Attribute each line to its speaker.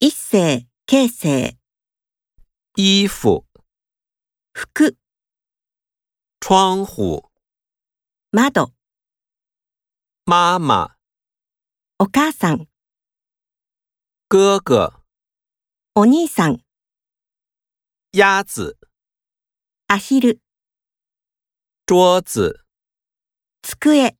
Speaker 1: 一世、形成、
Speaker 2: 衣服、
Speaker 1: 服、
Speaker 2: 窗户、
Speaker 1: 窓、
Speaker 2: 妈妈、
Speaker 1: お母さん、
Speaker 2: 哥哥、
Speaker 1: お兄さん、
Speaker 2: 鸭子、
Speaker 1: アヒル、
Speaker 2: 桌子。
Speaker 1: 机。